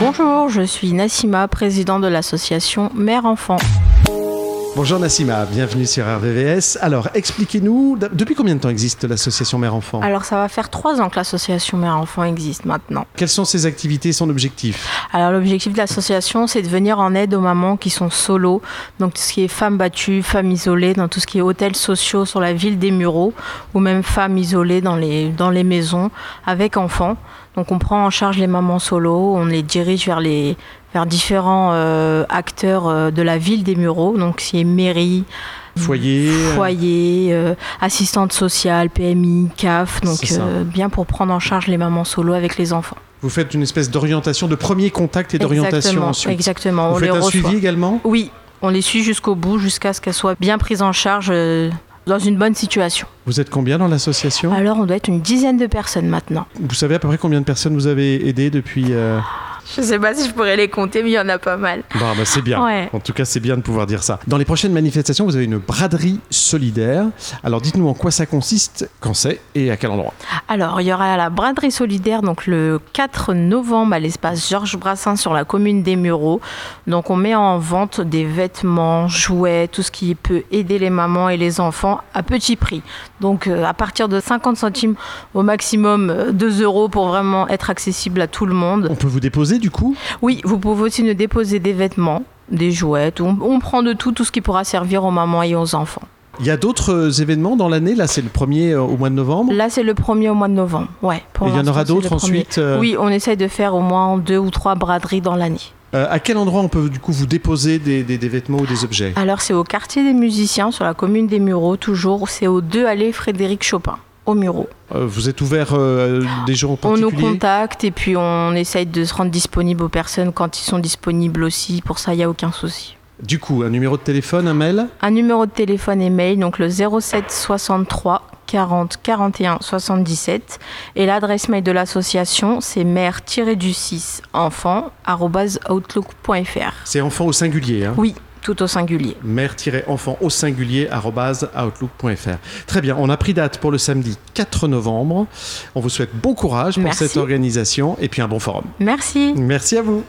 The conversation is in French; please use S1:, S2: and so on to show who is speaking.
S1: Bonjour, je suis Nassima, présidente de l'association Mère-Enfant.
S2: Bonjour Nassima, bienvenue sur RVVS. Alors, expliquez-nous, d- depuis combien de temps existe l'association Mère-Enfant
S1: Alors ça va faire trois ans que l'association Mère-Enfant existe maintenant.
S2: Quelles sont ses activités, son objectif
S1: Alors l'objectif de l'association, c'est de venir en aide aux mamans qui sont solo, donc tout ce qui est femmes battues, femmes isolées, dans tout ce qui est hôtels sociaux sur la ville des Mureaux, ou même femmes isolées dans les, dans les maisons avec enfants. Donc on prend en charge les mamans solo, on les dirige vers les vers différents euh, acteurs euh, de la ville des Mureaux, donc c'est mairie,
S2: Foyer euh,
S1: foyer, euh, assistante sociale, PMI, CAF, donc
S2: C'est ça.
S1: euh, bien pour prendre en charge les mamans solo avec les enfants.
S2: Vous faites une espèce d'orientation, de premier contact et d'orientation
S1: exactement,
S2: ensuite.
S1: exactement.
S2: Vous
S1: on
S2: faites
S1: les
S2: un
S1: reçoit.
S2: suivi également
S1: Oui, on les suit jusqu'au bout, jusqu'à ce qu'elles soient bien prises en charge euh, dans une bonne situation.
S2: Vous êtes combien dans l'association
S1: Alors, on doit être une dizaine de personnes maintenant.
S2: Vous savez à peu près combien de personnes vous avez aidées depuis euh,
S1: Je sais pas si je pourrais les compter, mais il y en a pas mal.
S2: Bah, bah, c'est bien.
S1: Ouais.
S2: En tout cas, c'est bien de pouvoir dire ça. Dans les prochaines manifestations, vous avez une braderie solidaire. Alors, dites-nous en quoi ça consiste, quand c'est et à quel endroit.
S1: Alors, il y aura la braderie solidaire donc le 4 novembre à l'espace Georges Brassens sur la commune des Mureaux. Donc, on met en vente des vêtements, jouets, tout ce qui peut aider les mamans et les enfants à petit prix. Donc, euh, à partir de 50 centimes au maximum, euh, 2 euros pour vraiment être accessible à tout le monde.
S2: On peut vous déposer du coup
S1: Oui, vous pouvez aussi nous déposer des vêtements, des jouets. tout. On, on prend de tout, tout ce qui pourra servir aux mamans et aux enfants.
S2: Il y a d'autres euh, événements dans l'année. Là, c'est le premier euh, au mois de novembre.
S1: Là, c'est le premier au mois de novembre. Ouais, Mm. pour
S2: Et il y en
S1: l'instant,
S2: aura
S1: c'est
S2: d'autres
S1: le premier.
S2: ensuite. euh,
S1: Oui, on essaye de faire au moins deux ou trois braderies dans l'année.
S2: euh, à quel endroit on peut du coup vous déposer des, des- des vêtements ou des objets
S1: Alors, c'est au quartier des musiciens, sur la commune des Mureaux, toujours. C'est au 2 allées Frédéric Chopin, au Mureaux.
S2: Euh, Vous êtes ouvert euh, des gens en
S1: On nous
S2: particulier
S1: contacte et puis on essaye de se rendre disponible aux personnes quand ils sont disponibles aussi. Pour ça, il n'y a aucun souci.
S2: Du coup, un numéro de téléphone, un mail
S1: un numéro de téléphone et mail, donc le 07 63 40 41 77. Et l'adresse mail de l'association, c'est mère-du-6 enfant.outlook.fr.
S2: C'est enfant au singulier. hein.
S1: Oui, tout au singulier.
S2: mère-enfant au singulier arobase outlook.fr. Très bien, on a pris date pour le samedi 4 novembre. On vous souhaite bon courage pour
S1: Merci.
S2: cette organisation et puis un bon forum.
S1: Merci.
S2: Merci à vous.